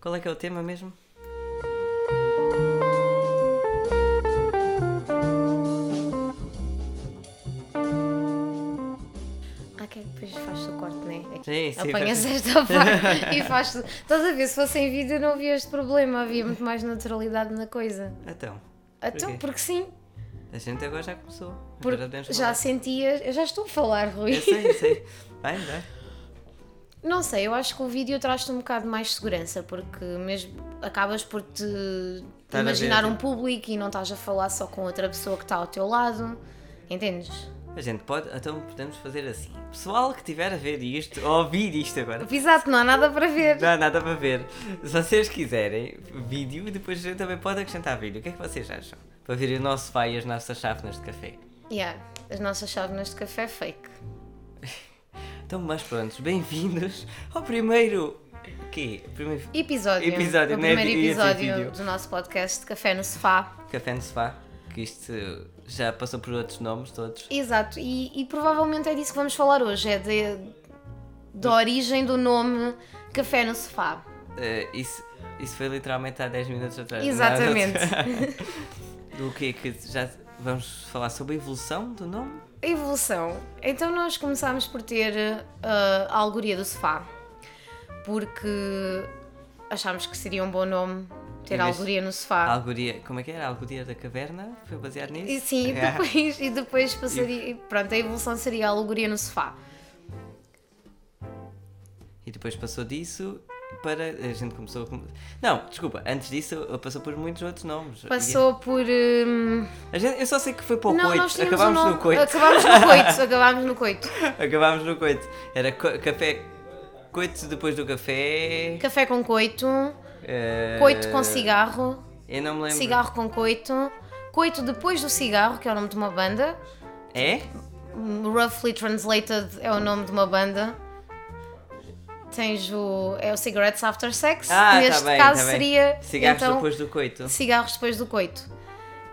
Qual é que é o tema mesmo? Ah, Ok, depois faz-se o corte, né? Sim, sim. Apanhas esta parte e faz tudo. Estás a ver, se fosse em vídeo não havia este problema, havia muito mais naturalidade na coisa. Então, Então, quê? porque sim, a gente agora já começou. porque agora podemos já falar. sentias. Eu já estou a falar, Rui. Eu sei, eu sei. Vai, vai. Não sei, eu acho que o vídeo traz-te um bocado mais segurança, porque mesmo acabas por te Estar a imaginar ver. um público e não estás a falar só com outra pessoa que está ao teu lado. Entendes? A gente pode, então podemos fazer assim. Pessoal que estiver a ver isto, ou ouvir isto agora, Exato, não há nada para ver. Não há nada para ver. Se vocês quiserem vídeo, depois a gente também pode acrescentar vídeo. O que é que vocês acham? Para ver o nosso vai e as nossas chávenas de café. Yeah, as nossas chávenas de café fake. Então, mas pronto, bem-vindos ao primeiro. quê? Primeiro Episódio. Episódio, o não é primeiro vi- ia dizer episódio vídeo. do nosso podcast de Café no Sofá. café no sofá. Que isto já passou por outros nomes todos. Exato, e, e provavelmente é disso que vamos falar hoje, é de- da origem do nome Café no Sofá. Eh, isso, isso foi literalmente há 10 minutos atrás. Exatamente. o que é que já. Vamos falar sobre a evolução do nome? A evolução. Então nós começámos por ter ah, a Algoria do Sofá, porque achámos que seria um bom nome ter Em a vez- Algoria no A Sofá. Algoria. Como é que era? A Algoria da Caverna? Foi baseado nisso? E sim, e É. depois, e depois passaria. Pronto, a evolução seria a Algoria no Sofá. E depois passou disso para. A gente começou. com- Não, desculpa, antes disso passou por muitos outros nomes. Passou por. hum, A gente- eu só sei que foi para o Não, nós coito. tínhamos Acabámos um nome. no coito. Acabámos no coito, acabámos no coito. Acabámos no coito. Era co- café. Coito depois do café. Café com coito, eh, coito com cigarro, Eu não me lembro. cigarro com coito, coito depois do cigarro, que é o nome de uma banda. É? Roughly Translated é o nome de uma banda. Tens o. É o Cigarettes After Sex. Ah, tá Neste bem, tá caso bem. seria. Cigarros então, depois do coito. Cigarros depois do coito.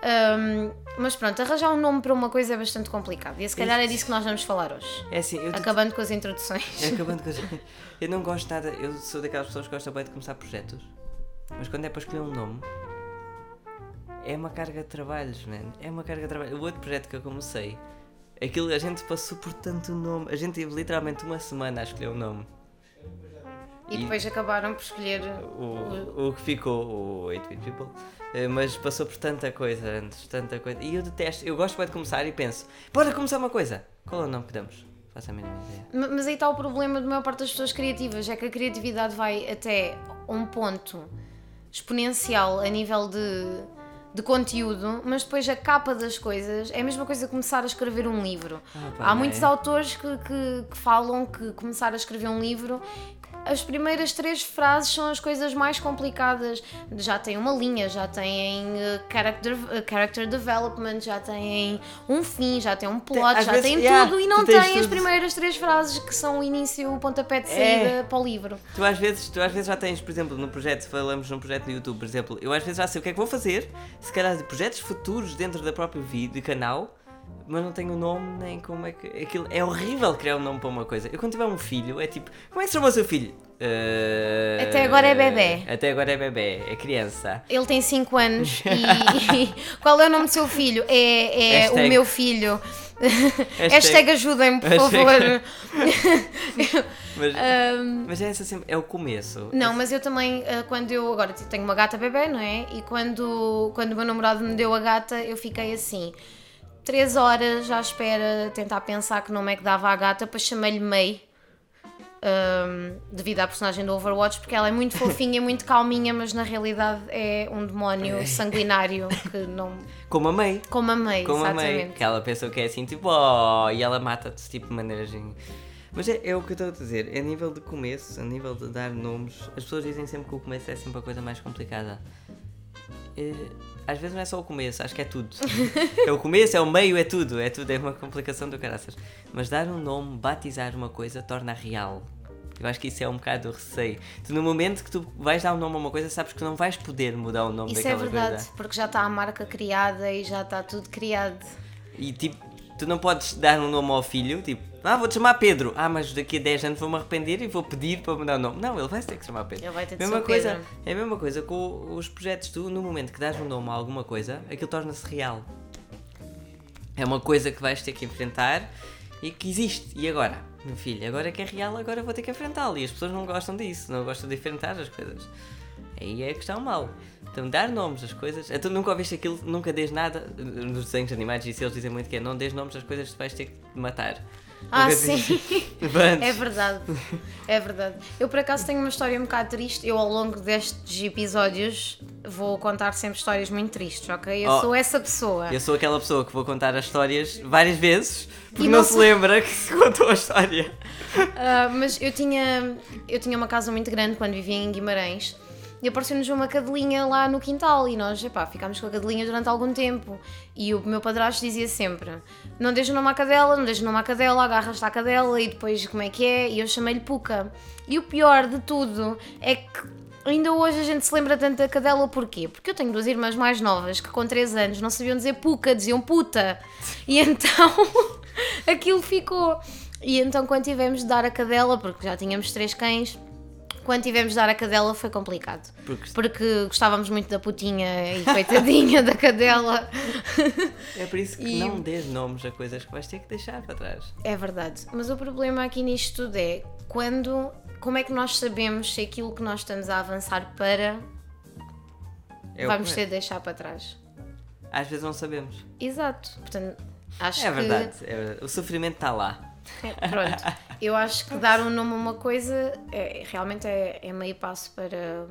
Hum, mas pronto, arranjar um nome para uma coisa é bastante complicado. E se calhar é disso que nós vamos falar hoje. É assim, eu det- Acabando com as introduções. Acabando com Eu não gosto nada, eu sou daquelas pessoas que gostam bem de começar projetos, mas quando é para escolher um nome, é uma carga de trabalhos, man. É uma carga de trabalho. O outro projeto que eu comecei, aquilo a gente passou por tanto nome, a gente teve literalmente uma semana a escolher um nome. E depois acabaram por escolher. O, o que ficou, o 8 Bit People, eh, mas passou por tanta coisa antes, tanta coisa. E eu detesto, eu gosto bem de começar e penso, bora começar uma coisa. Qual é o nome que damos? Faça a mínima ideia. Ma- Mas aí está o problema da maior parte das pessoas criativas, é que a criatividade vai até um ponto exponencial a nível de, de conteúdo, mas depois a capa das coisas é a mesma coisa que começar a escrever um livro. Ah, pá, Há não muitos é? autores que, que, que falam que começar a escrever um livro. As primeiras três frases são as coisas mais complicadas. Já tem uma linha, já tem character, eh, character development, já tem um fim, já tem um plot, às já vezes, tem yeah, tudo e tu não tens tem as tudo. primeiras três frases que são o início, o pontapé de É. saída para o livro. Tu às, vezes, tu às vezes já tens, por exemplo, no projeto, se falamos num projeto do YouTube, por exemplo, eu às vezes já sei o que é que vou fazer, se calhar de projetos futuros dentro da própria vídeo, canal, mas não tenho o nome nem como é que. Aquilo, é horrível criar um nome para uma coisa. Eu quando tiver um filho, é tipo, como é que se chama o seu filho? Eh, Até agora é bebé. Até agora é bebê, é criança. Ele tem 5 anos e, e qual é o nome do seu filho? É, é Hashtag. o meu filho. Hashtag, ajudem-me, por Hashtag. favor. Mas, mas é, essa sempre, é o começo. não, mas eu também, ah, quando eu agora tenho uma gata bebê, não é? E quando, quando o meu namorado me deu a gata, eu fiquei assim. Três horas à espera, a tentar pensar que nome é que dava à gata, depois chamei-lhe May, ahm, devido à personagem do Overwatch, porque ela é muito fofinha, muito calminha, mas na realidade é um demónio sanguinário que não É Como a mãe. Como a mãe, Como a mãe, exatamente. que ela pensou que é assim, tipo, oh, e ela mata-te, tipo, de maneiras. em- Mas é, é o que eu estou a dizer, é a nível de começo, a nível de dar nomes, as pessoas dizem sempre que o começo é sempre a coisa mais complicada. É, às vezes não é só o começo, acho que é tudo. é o começo, é o meio, é tudo, é tudo, é uma complicação do caraças. Mas dar um nome, batizar uma coisa, torna real. Eu acho que isso é um bocado o receio. Tu, no momento que tu vais dar um nome a uma coisa, sabes que não vais poder mudar o nome Isso é daquela verdade, coisa. porque já está a marca criada e já está tudo criado. E tipo, tu não podes dar um nome ao filho, tipo, Ah, vou-te chamar Pedro. Ah, mas daqui a 10 anos vou-me arrepender e vou pedir para mudar o nome. Não, ele vai ter que chamar Pedro. Ele vai ter de mesma ser o coisa, Pedro. É a mesma coisa com os projetos. Tu, no momento que dás um nome a alguma coisa, aquilo torna-se real. É uma coisa que vais ter que enfrentar e que existe. E agora? Meu filho, agora que é real, agora vou ter que enfrentá-lo. E as pessoas não gostam disso, não gostam de enfrentar as coisas. Aí é que está o mal. Então, dar nomes às coisas. Então, nunca ouviste aquilo, nunca dês nada. Nos desenhos animados, isso eles dizem muito que é: não dês nomes às coisas que vais ter que matar. Ah, Nunca sim. dizes- É Antes. verdade, é verdade. Eu por acaso tenho uma história um bocado triste. Eu ao longo destes episódios vou contar sempre histórias muito tristes, ok? Eu Oh. sou essa pessoa. Eu sou aquela pessoa que vou contar as histórias várias vezes porque E não, não se se- lembra que se contou a história. Ah, mas eu tinha, eu tinha uma casa muito grande quando vivia em Guimarães e apareceu-nos uma cadelinha lá no quintal e nós, epá, ficámos com a cadelinha durante algum tempo. E o meu padrasto dizia sempre: Não deixa o nome à cadela, não deixa o nome à cadela, agarras-te à cadela e depois como é que é? E eu chamei-lhe Puca. E o pior de tudo é que. Ainda hoje a gente se lembra tanto da cadela, porquê? Porque eu tenho duas irmãs mais novas que com 3 anos não sabiam dizer puca, diziam puta. E então aquilo ficou. E então quando tivemos de dar a cadela, porque já tínhamos três cães, quando tivemos de dar a cadela foi complicado. Porque- Porque gostávamos muito da putinha e coitadinha da cadela. É por isso que E- não dês nomes a coisas que vais ter que deixar para trás. É verdade. Mas o problema aqui nisto tudo é quando. Como é que nós sabemos se aquilo que nós estamos a avançar para É o vamos primeiro. ter de deixar para trás? Às vezes não sabemos. Exato. Portanto, acho É que. verdade, é verdade. O sofrimento está lá. Pronto. Eu acho que dar um nome a uma coisa é, realmente é, é meio passo para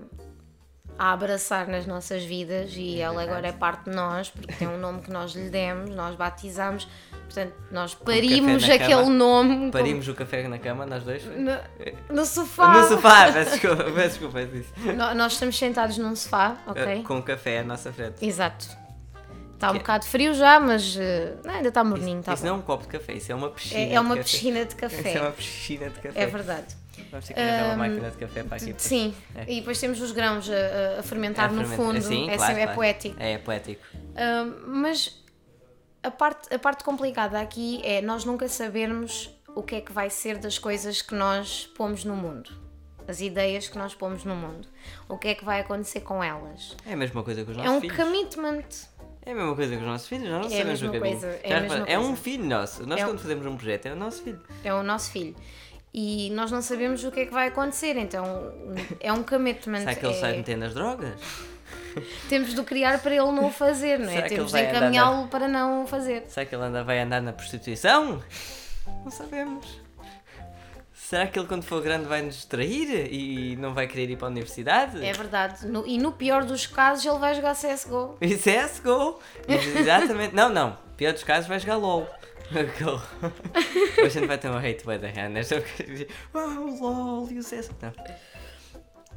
a abraçar nas nossas vidas e ela verdade. agora é parte de nós, porque tem um nome que nós lhe demos, nós batizamos, portanto, nós na parimos cama. aquele nome como- Parimos o café na cama, nós dois. No no, no sofá. sofá, peço desculpa, peço desculpa, é isso. No- nós estamos sentados num sofá, ok? É, Com o café à nossa frente. Exato. Está um Que- é- bocado frio já, mas eh, não, ainda está morninho, está isso bom. não é um copo de café, isso é uma piscina. É, é de uma café. piscina de Isso é uma café. piscina de café. É verdade. Hum, Vamos ter que arranjar uma máquina de café para aqui. depois. Sim, É. e depois temos os grãos a- a, a fermentar no fermento- fundo, Sim, é, claro, sempre- é claro. poético. É, é poético. Ah, mas a parte, a parte complicada aqui é nós nunca sabermos o que é que vai ser das coisas que nós pomos no mundo, as ideias que nós pomos no mundo, o que é que vai acontecer com elas. É a mesma coisa que os É nossos um filhos. commitment. É a mesma coisa que os nossos filhos, nós não É a sabemos o mesma caminho. coisa, é Já repara- a mesma é coisa. um filho nosso. Nós É um- quando fazemos um projeto é o nosso filho. é o nosso filho. E nós não sabemos o que é que vai acontecer, então é um commitment. Será que ele é- sai meter nas drogas? Temos de o criar para ele não o fazer, não é? Será que ele Temos de vai andar na- encaminhá-lo para não o fazer. Será que ele anda, vai andar na prostituição? Não sabemos. Será que ele quando for grande vai nos trair e não vai querer ir para a universidade? É verdade. No- e no pior dos casos, ele vai jogar CSGO. E CSGO! é Exatamente. não, não. Pior dos casos vai jogar LOL. LOL. Hoje a gente vai ter um hate by the hand nesta porcaria. Ah, o LOL e o CS. Não.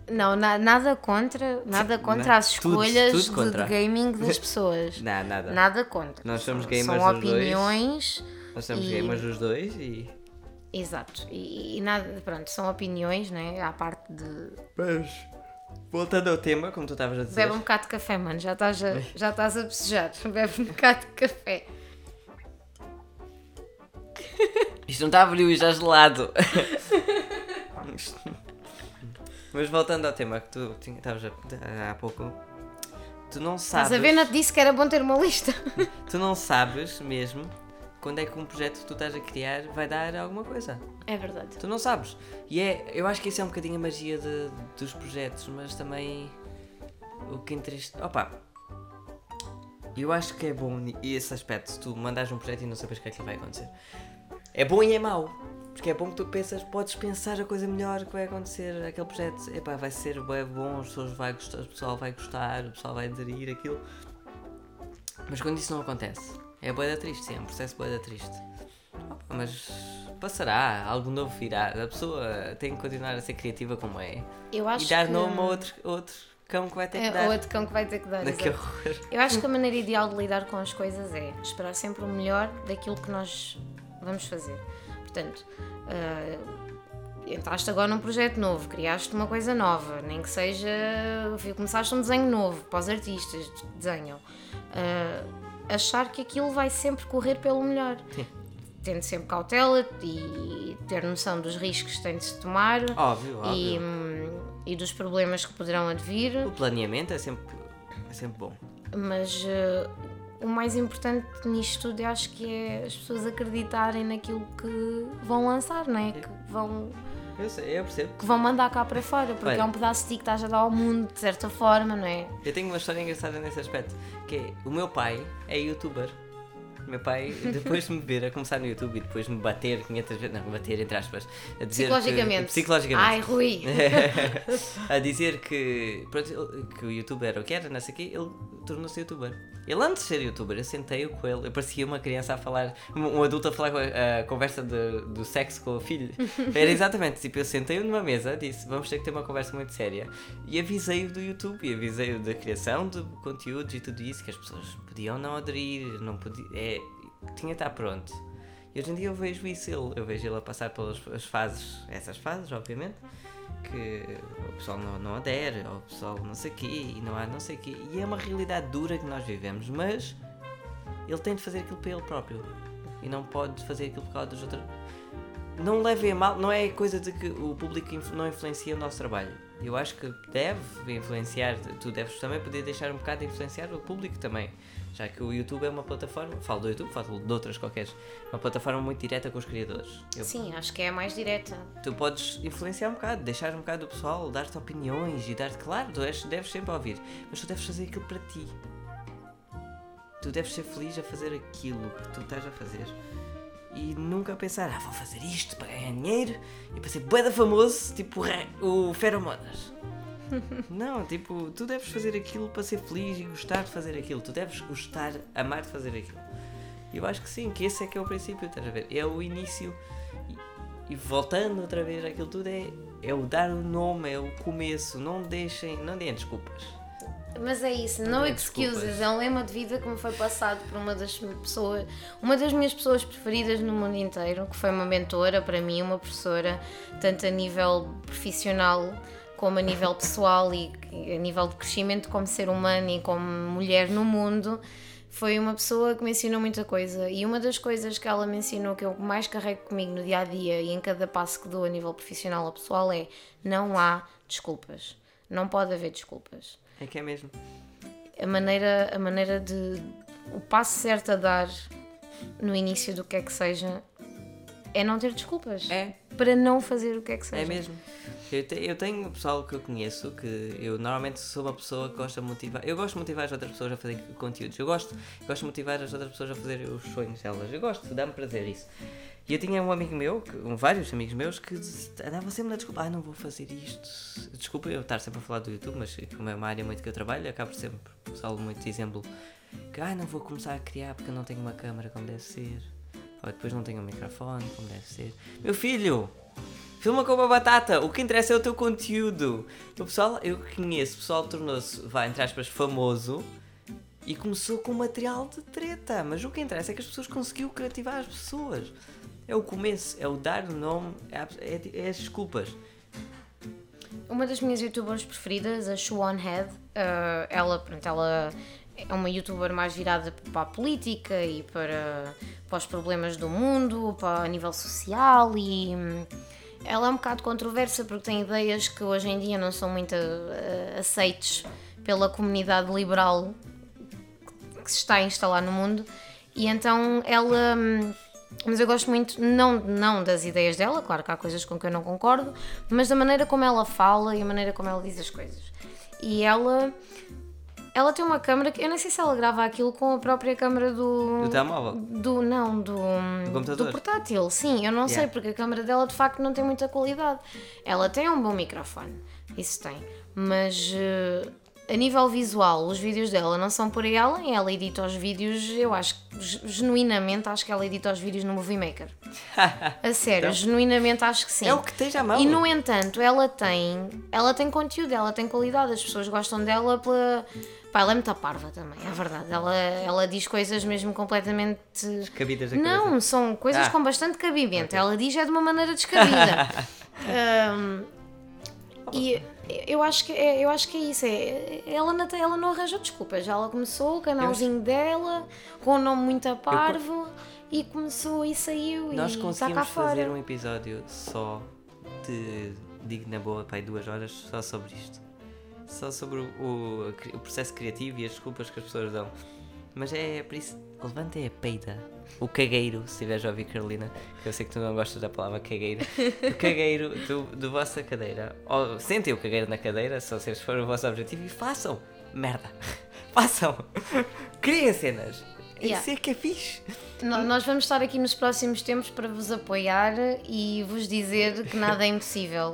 Não, na- nada contra, nada contra na- as tudo- escolhas tudo de- contra. de gaming das pessoas. Não, nada. Nada contra. Nós somos São- gamers São os dois. opiniões. Nós somos e- gamers os dois e. Exato. E, e nada, pronto, são opiniões, né? À parte de. Mas. Voltando ao tema, como tu estavas a dizer. Bebe um bocado de café, mano. Já estás a, já estás a bocejar. Bebe um bocado de café. Isto não está frio, isto está gelado. Mas voltando ao tema que tu tinha- estavas a- há pouco, tu não sabes. Estás a ver? Não te disse que era bom ter uma lista. Tu não sabes mesmo quando é que um projeto que tu estás a criar vai dar alguma coisa. É verdade. Tu não sabes. E é, eu acho que isso é um bocadinho a magia de- dos projetos, mas também o que interessa. Opa! Eu acho que é bom ni- esse aspecto, se tu mandares um projeto e não sabes o que é que vai acontecer. É bom e é mau. Porque é bom que tu pensas, podes pensar a coisa melhor que vai acontecer aquele projeto. Epá, vai ser bué bom, as pessoas vai gostar, o pessoal vai gostar, o pessoal vai aderir aquilo. Mas quando isso não acontece, é bué da triste, sim, é um processo bué da triste. Opa, mas passará, algo novo virá. A pessoa tem que continuar a ser criativa como é. Eu acho e dar que... nome a outro, outro cão que vai ter que É, dar. o outro cão que vai ter que dar. Daquele exato. horror. Eu acho que a maneira ideal de lidar com as coisas é esperar sempre o melhor daquilo que nós vamos fazer. Portanto, ah, entraste agora num projeto novo, criaste uma coisa nova, nem que seja. começaste um desenho novo para os artistas que desenham. Ah, achar que aquilo vai sempre correr pelo melhor. tendo sempre cautela e ter noção dos riscos que tem de se tomar Óbvio, e, óbvio. hum, e dos problemas que poderão advir. O planeamento é sempre, é sempre bom. Mas eh, o mais importante nisto tudo eu acho que é as pessoas acreditarem naquilo que vão lançar, não é? Que vão, Eu, sei, eu percebo. que vão mandar cá para fora, porque Olha. é um pedaço de ti que estás a dar ao mundo, de certa forma, não é? Eu tenho uma história engraçada nesse aspecto, que é, o meu pai é youtuber. O Meu pai, depois de me ver a começar no YouTube e depois de me bater 500 vezes, não, bater entre aspas, a dizer que- Psicologicamente. psicologicamente. Ai, Rui. a dizer que, pronto, ele- que o youtuber era o que era, não sei o quê, ele tornou-se youtuber. Ele antes de ser youtuber, eu sentei-o com ele, eu parecia uma criança a falar, um um adulto a falar com a, a conversa de- do sexo com o filho. Era exatamente, tipo, eu sentei-o numa mesa, disse, vamos ter que ter uma conversa muito séria. E avisei-o do YouTube, e avisei-o da criação de conteúdos e tudo isso, que as pessoas podiam não aderir, não podia, é, tinha de estar pronto. E hoje em dia eu vejo isso, ele- eu vejo ele a passar pelas as fases, essas fases, obviamente, que o pessoal não, não adere, ou o pessoal não sei o quê, e não há não sei o quê. E é uma realidade dura que nós vivemos, mas ele tem de fazer aquilo para ele próprio. E não pode fazer aquilo por causa dos outros. Não levem a mal, não é coisa de que o público inf- não influencia o nosso trabalho. Eu acho que deve influenciar, tu deves também poder deixar um bocado de influenciar o público também. Já que o YouTube é uma plataforma, falo do YouTube, falo de outras qualquer, uma plataforma muito direta com os criadores. Eu Sim, acho que é a mais direta. tu podes influenciar um bocado, deixar um bocado o pessoal, dar-te opiniões e dar-te, claro, tu és- deves sempre ouvir, mas tu deves fazer aquilo para ti. Tu deves ser feliz a fazer aquilo que tu estás a fazer. E nunca pensar, ah, vou fazer isto para ganhar dinheiro e para ser boeda famoso, tipo o Ra- o Feromonas. Não, tipo, tu deves fazer aquilo para ser feliz e gostar de fazer aquilo. Tu deves gostar, amar de fazer aquilo. Eu acho que sim, que esse é que é o princípio, estás a ver? É o início. E, e voltando outra vez àquilo tudo, é, é o dar o nome, é o começo. Não deixem, não deem desculpas. Mas é isso, no Peço excuses, desculpas. é um lema de vida que me foi passado por uma das pessoas, uma das minhas pessoas preferidas no mundo inteiro, que foi uma mentora para mim, uma professora, tanto a nível profissional como a nível pessoal e e a nível de crescimento como ser humano e como mulher no mundo. Foi uma pessoa que me ensinou muita coisa e uma das coisas que ela me ensinou que eu mais carrego comigo no dia a dia e em cada passo que dou a nível profissional ou pessoal é não há desculpas. Não pode haver desculpas É que é mesmo. a maneira, a maneira de. o passo certo a dar no início do que é que seja é não ter desculpas. É. Para não fazer o que é que seja. É mesmo. Eu, te- eu tenho pessoal que eu conheço que eu normalmente sou uma pessoa que gosta de motivar. Eu gosto de motivar as outras pessoas a fazer conteúdos. Eu gosto, gosto de motivar as outras pessoas a fazer os sonhos delas. Eu gosto, dá-me prazer isso. E eu tinha um amigo meu, que- um, vários amigos meus, que andavam sempre na desculpa: ah, não vou fazer isto. Desculpa eu estar sempre a falar do YouTube, mas como é uma área muito que eu trabalho, acabo sempre por usar muito de exemplo. Que, ah, não vou começar a criar porque eu não tenho uma câmera como deve ser. Ou depois não tenho um microfone como deve ser. Meu filho! Filma com uma batata, o que interessa é o teu conteúdo. O pessoal, eu conheço, o pessoal tornou-se, vá, entre aspas, famoso e começou com material de treta. Mas o que interessa é que as pessoas conseguiu cativar as pessoas. É o começo, é o dar o nome, é, a- é- é as desculpas. Uma das minhas youtubers preferidas, a Shuan Head, eh, ela, pronto, ela é uma youtuber mais virada para a política e para, para os problemas do mundo, para a nível social e hum, ela é um bocado controversa porque tem ideias que hoje em dia não são muito eh, aceites pela comunidade liberal que se está a instalar no mundo e então ela hum, mas eu gosto muito não, não das ideias dela, claro que há coisas com que eu não concordo, mas da maneira como ela fala e a maneira como ela diz as coisas. E ela ela tem uma câmera que eu nem sei se ela grava aquilo com a própria câmera do Do telemóvel. do não, do, Do computador. portátil, sim, eu não sei porque a câmera dela de facto não tem muita qualidade. Ela tem um bom microfone, isso tem, mas eh, a nível visual, os vídeos dela não são por aí além, ela edita os vídeos, eu acho, que ge- genuinamente acho que ela edita os vídeos no Movie Maker. A sério, genuinamente acho que sim. Então? É o que tens à mão. E no entanto, ela tem, ela tem conteúdo, ela tem qualidade, as pessoas gostam dela pela. Pá, ela é muito parva também, é verdade. Ela, ela diz coisas mesmo completamente. Descabidas da Não, cabeça. são coisas Ah. com bastante cabimento. Ela diz é de uma maneira descabida. Ahm, e eu acho que é, eu acho que é isso. É, ela, não, tem- ela não arranjou desculpas. Ela começou o canalzinho dela, com um nome muito a parvo. E começou e saiu Nós e está cá conseguimos fazer fora. um episódio só de. Digo na boa, pai, duas horas só sobre isto. Só sobre o, o- o processo criativo e as desculpas que as pessoas dão. Mas é por isso. Levanta é a peida. O cagueiro, se estiveres a ouvir, Carolina, que eu sei que tu não gostas da palavra cagueiro. O cagueiro do, do vossa cadeira. Ou, sentem o cagueiro na cadeira, se vocês forem o vosso objetivo, e façam. Merda. Façam. Criem cenas. Yeah. Isso é que é fixe. No- Nós vamos estar aqui nos próximos tempos para vos apoiar e vos dizer que nada é impossível.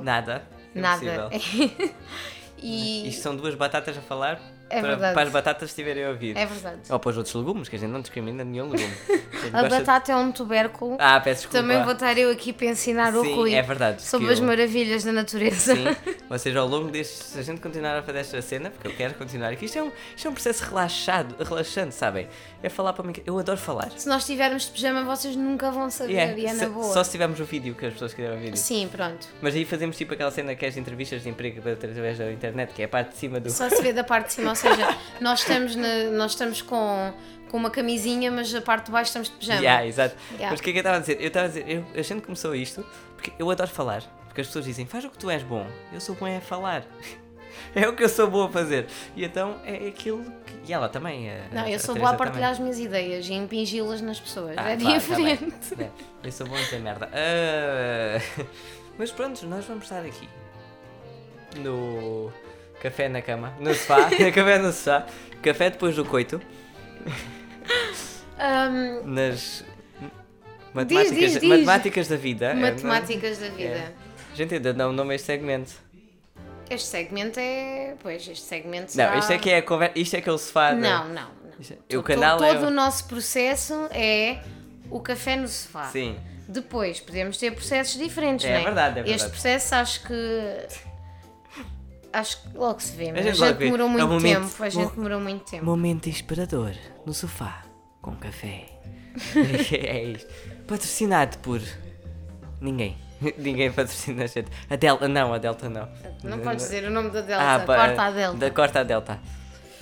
Nada. É nada. possível. e Isto são duas batatas a falar É para, verdade. para as batatas estiverem a ouvir. é verdade. Ou para os outros legumes, que a gente não discrimina nenhum legume. gente A Oh, gosta de- batata é um tubérculo. Ah, peço desculpa. Também vou estar eu aqui para ensinar Sim, o Rui é verdade, sobre que as eu- maravilhas da natureza. Sim, ou seja, ao longo deste, se a gente continuar a fazer esta cena, porque eu quero continuar aqui, isto é um, isto é um processo relaxado, relaxante, sabem? É falar para mim, eu adoro falar. Se nós tivermos de pijama, vocês nunca vão saber, Yeah, e é na se- boa. Só se tivermos o vídeo que as pessoas quiserem ouvir. isso. Sim, pronto. Mas aí fazemos tipo aquela cena que é as entrevistas de emprego através da internet, que é a parte de cima do. Só se vê da parte de cima, ou seja, nós estamos, na- nós estamos com, com uma camisinha, mas a parte de baixo estamos de pijama. Yeah, exato. Yeah. Mas o que é que eu estava a dizer? Eu estava a dizer, eu, a gente começou isto porque eu adoro falar. Porque as pessoas dizem, faz o que tu és bom. Eu sou bom é a falar. é o que eu sou bom a fazer. E então é aquilo que. E ela também. A, Não, eu sou a boa a Teresa também. partilhar as minhas ideias e impingi-las nas pessoas. Ah, é claro, tá bem. diferente. É, eu sou bom a dizer merda. Ah, mas pronto, nós vamos estar aqui. No. Café na cama. No sofá. café no sofá. Café depois do coito. Ahm, Nas. Matemáticas, diz, diz. matemáticas da vida. é, Eu não- matemáticas da vida. É. Gente, ainda não nome este segmento. Este segmento é. Pois, este segmento será... Não, isto é que é a conversa. Isto é que é o sofá. da- Não, não. não. Isto é- To- O canal to- é. Todo o nosso processo é o café no sofá. Sim. Depois podemos ter processos diferentes, É não é? verdade, é verdade. Este processo acho que. Acho que logo se vê, mas a gente gente, logo vê. demorou É o muito momento. tempo. A gente demorou É muito tempo. Momento inspirador no sofá com café. é isto. Patrocinado por. Ninguém. Ninguém patrocina a gente. A Delta. Não, a Delta não. Não podes dizer o nome da Ah, Delta, pa- corta a Delta. Da corta a Delta.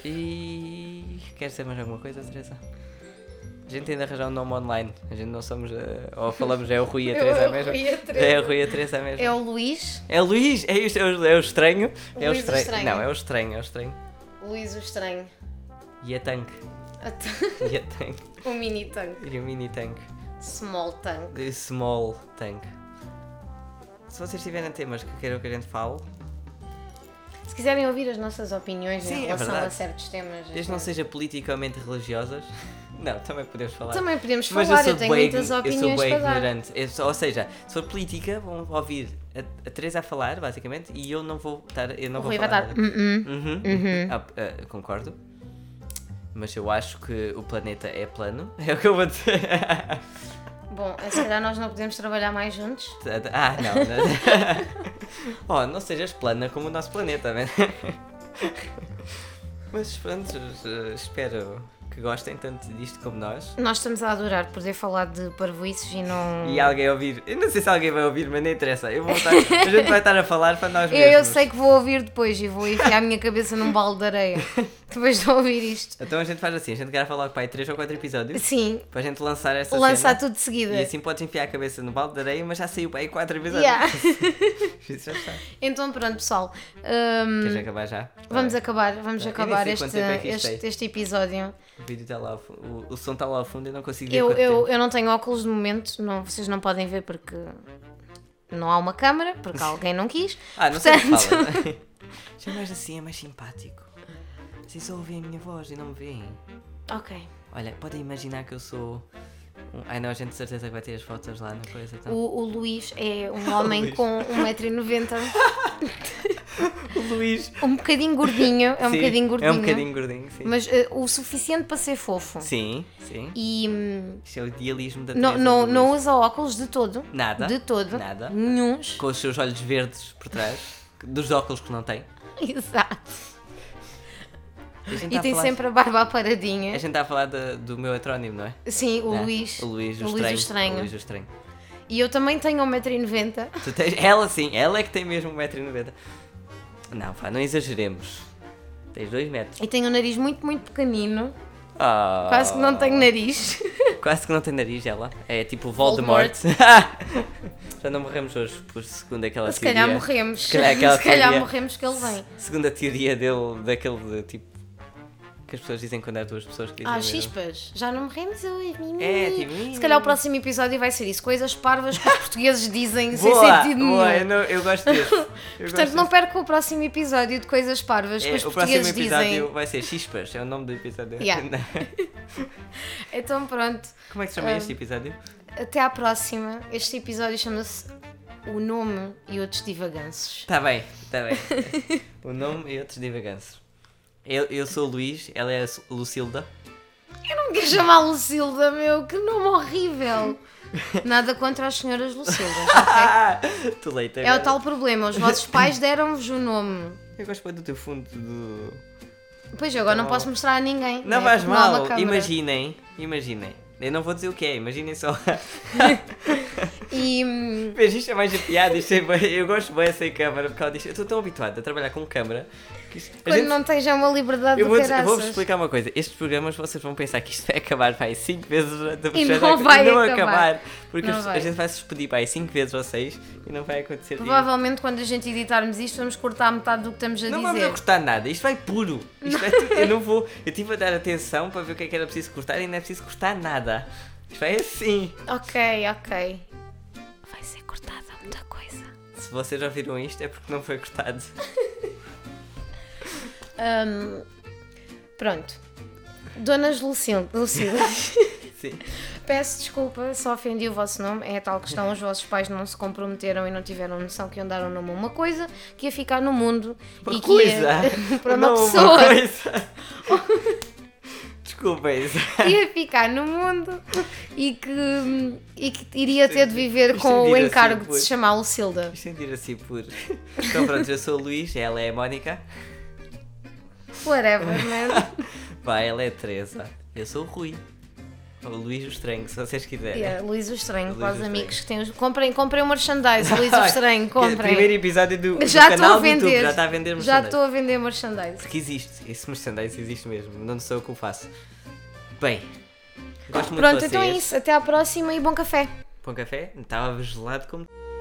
E. Queres dizer mais alguma coisa, Teresa? A gente ainda arranjou um nome online. A gente não somos. eh, Ou falamos, é o Rui e a Eu- Teresa eu- mesmo. Rui e a Teresa. É o Rui e a Teresa mesmo. É o Luís, É Luís, é isto, é o, é o estranho. É Luís o estra- estranho. Não, é o estranho, é o estranho. Luís o Estranho. E a tanque. E a tanque. O Um mini tanque. E o mini tanque. Small tanque. The small tank. Se vocês tiverem temas que queiram que a gente fale, Se quiserem ouvir as nossas opiniões Sim, é em relação a verdade. certos temas. eh, desde que não sejam politicamente religiosas, não, também podemos falar. Também podemos falar, Mas eu, eu sou tenho bem, muitas eu opiniões sou bem para dar. ignorante. Eu sou- ou seja, se for política, vão ouvir a, a Teresa a falar, basicamente, e eu não vou estar. Eu não O vou Rui vai falar dar. Uh-uh. nada. "Mm-mm". Uhum. Ah, ah, concordo. Mas eu acho que o planeta é plano. É o que eu vou dizer. Bom, eh, se calhar nós não podemos trabalhar mais juntos. ah, não. não. oh, não sejas plana como o nosso planeta, né? Mas pronto, eh, espero que gostem tanto disto como nós. Nós estamos a adorar poder falar de parvoices e não. E alguém ouvir. Eu não sei se alguém vai ouvir, mas não interessa. Eu vou estar, a gente vai estar a falar para nós Eu, mesmos. eu sei que vou ouvir depois e vou enfiar a minha cabeça num balde de areia depois de ouvir isto. Então a gente faz assim, a gente grava logo para aí 3 ou 4 episódios Sim, para a gente lançar essa lançar cena. tudo de seguida. E assim podes enfiar a cabeça no balde de areia, mas já saiu para aí 4 episódios. Yeah. Isso já está. Então pronto, pessoal. hum, Queres acabar já? vamos Vai. acabar, vamos Eu nem acabar sei quanto este, tempo é que isto este, tem. este episódio. O vídeo está lá ao fundo, o, o som está lá ao fundo e não consigo ver Eu, quanto eu, tempo. eu não tenho óculos de momento, não, vocês não podem ver porque não há uma câmara, porque alguém não quis. Ah, não sei o que fala. Já é mais assim, é mais simpático. Vocês só ouvem a minha voz e não me veem. Ok. Olha, podem imaginar que eu sou... um- Ai não, a gente de certeza que vai ter as fotos lá na coisa. Então. O, o Luís é um homem Luís. com 1,90m, O Luís... um bocadinho gordinho, é um Sim, bocadinho gordinho, É um bocadinho gordinho, sim. mas eh, o suficiente para ser fofo. Sim, sim. E hum, Isto é o idealismo da não, Teresa não, do não Luís. usa óculos de todo. Nada. De todo. Nada. Nenhuns. Com os seus olhos verdes por trás. Dos óculos que não tem. Exato. A gente E tá a tem falar- sempre a barba A paradinha. gente está a falar da- do meu heterónimo, não é? Sim, o Não é? Luís. O Luís, o, o estranho, Estranho. O Luís o estranho. E eu também tenho 1,90m. Tu tens- Ela sim, ela é que tem mesmo 1,90m. Não, pá, não exageremos. Tens 2 metros. E tenho um nariz muito, muito pequenino. Ah, Quase que não tenho nariz. Quase que não tem nariz ela. É tipo Voldemort. Já não morremos hoje, por segundo aquela Se teoria. calhar morremos. Se calhar, aquela Se calhar teoria- morremos que ele vem. Segundo a teoria dele, daquele de, tipo. que as pessoas dizem quando há duas pessoas que dizem. Ah, mesmo. chispas, já não morremos hoje. mimi. É, tipo, Se calhar o próximo episódio vai ser isso. Coisas parvas que os portugueses dizem sem Boa, sentido nenhum. boa, é eu, não- eu gosto desse. Eu Portanto, gosto não perca o próximo episódio de Coisas Parvas desse. que É, os o próximo portugueses episódio dizem. vai ser Chispas, é o nome do episódio. Yeah. Então, pronto. Como é que se chama Um. este episódio? Até à próxima. Este episódio chama-se O Nome e Outros Divaganços. Tá bem, tá bem. o nome e outros divagâncias. Eu, eu sou o Luís, ela é a Su- Lucilda. Eu não quero chamar Lucilda, meu. Que nome horrível. Nada contra as senhoras Lucildas, ok? Ah, tu leite. É o tal problema. Os vossos pais deram-vos o nome. Eu gosto bem do teu fundo do. Pois, eu agora não Não. posso mostrar a ninguém. Não né? faz Porque há É, uma mal, câmara. imaginem, imaginem. Eu não vou dizer o que é, imaginem só. E hum, Mas isto é mais a piada, isto é bem- eu gosto bem sem câmara, porque ela diz, eu estou tão habituado a trabalhar com câmara que isto- a quando gente- não tens já uma liberdade Eu do vou-vos caraças. vou explicar uma coisa. Estes programas vocês vão pensar que isto vai acabar vai, 5 vezes durante a E fechada, não vai não acabar. porque Não as- a vai. gente vai se despedir vai, 5 vezes ou 6 e não vai acontecer isso. Provavelmente quando a gente editarmos isto vamos cortar metade do que estamos a Não vamos a dizer. cortar nada, isto vai puro. Isto vai tudo- eu não vou. Eu tive a dar atenção para ver o que é que era preciso cortar e não é preciso cortar nada. Isto vai assim. Ok, ok. Vai ser cortada muita coisa. Se vocês já viram isto é porque não foi cortado. Hum, pronto. Donas Lucil- Lucildas, Sim. peço desculpa se ofendi o vosso nome. É a tal questão: os vossos pais não se comprometeram e não tiveram noção que iam dar o nome a uma coisa que ia ficar no mundo Uma e que coisa. ia para uma não, pessoa. Uma coisa. Desculpem. ia ficar no mundo e que, e que iria ter de viver Isto com o vira-se encargo de depois. se chamar Lucilda. Sentir assim por. Então pronto, eu sou o Luís, ela é a Mónica. Whatever, man. Vai, ela é a Teresa. Eu sou o Rui. Ou o Luís o Estranho, se vocês quiserem. Yeah, Luís o Estranho, Luís para o os Estranho. amigos que têm os. Comprem, comprem o merchandise, Luís o Estranho, Que é o Primeiro comprem. episódio do, do Já estou canal a do YouTube, vender. já está a vender Já merchandise. estou a vender merchandise. Porque existe, esse merchandise existe mesmo, não sou eu que o faço. Bem, gosto muito assim. Pronto, é de vocês. então é isso. Até à próxima e bom café. Pão café, estava gelado como...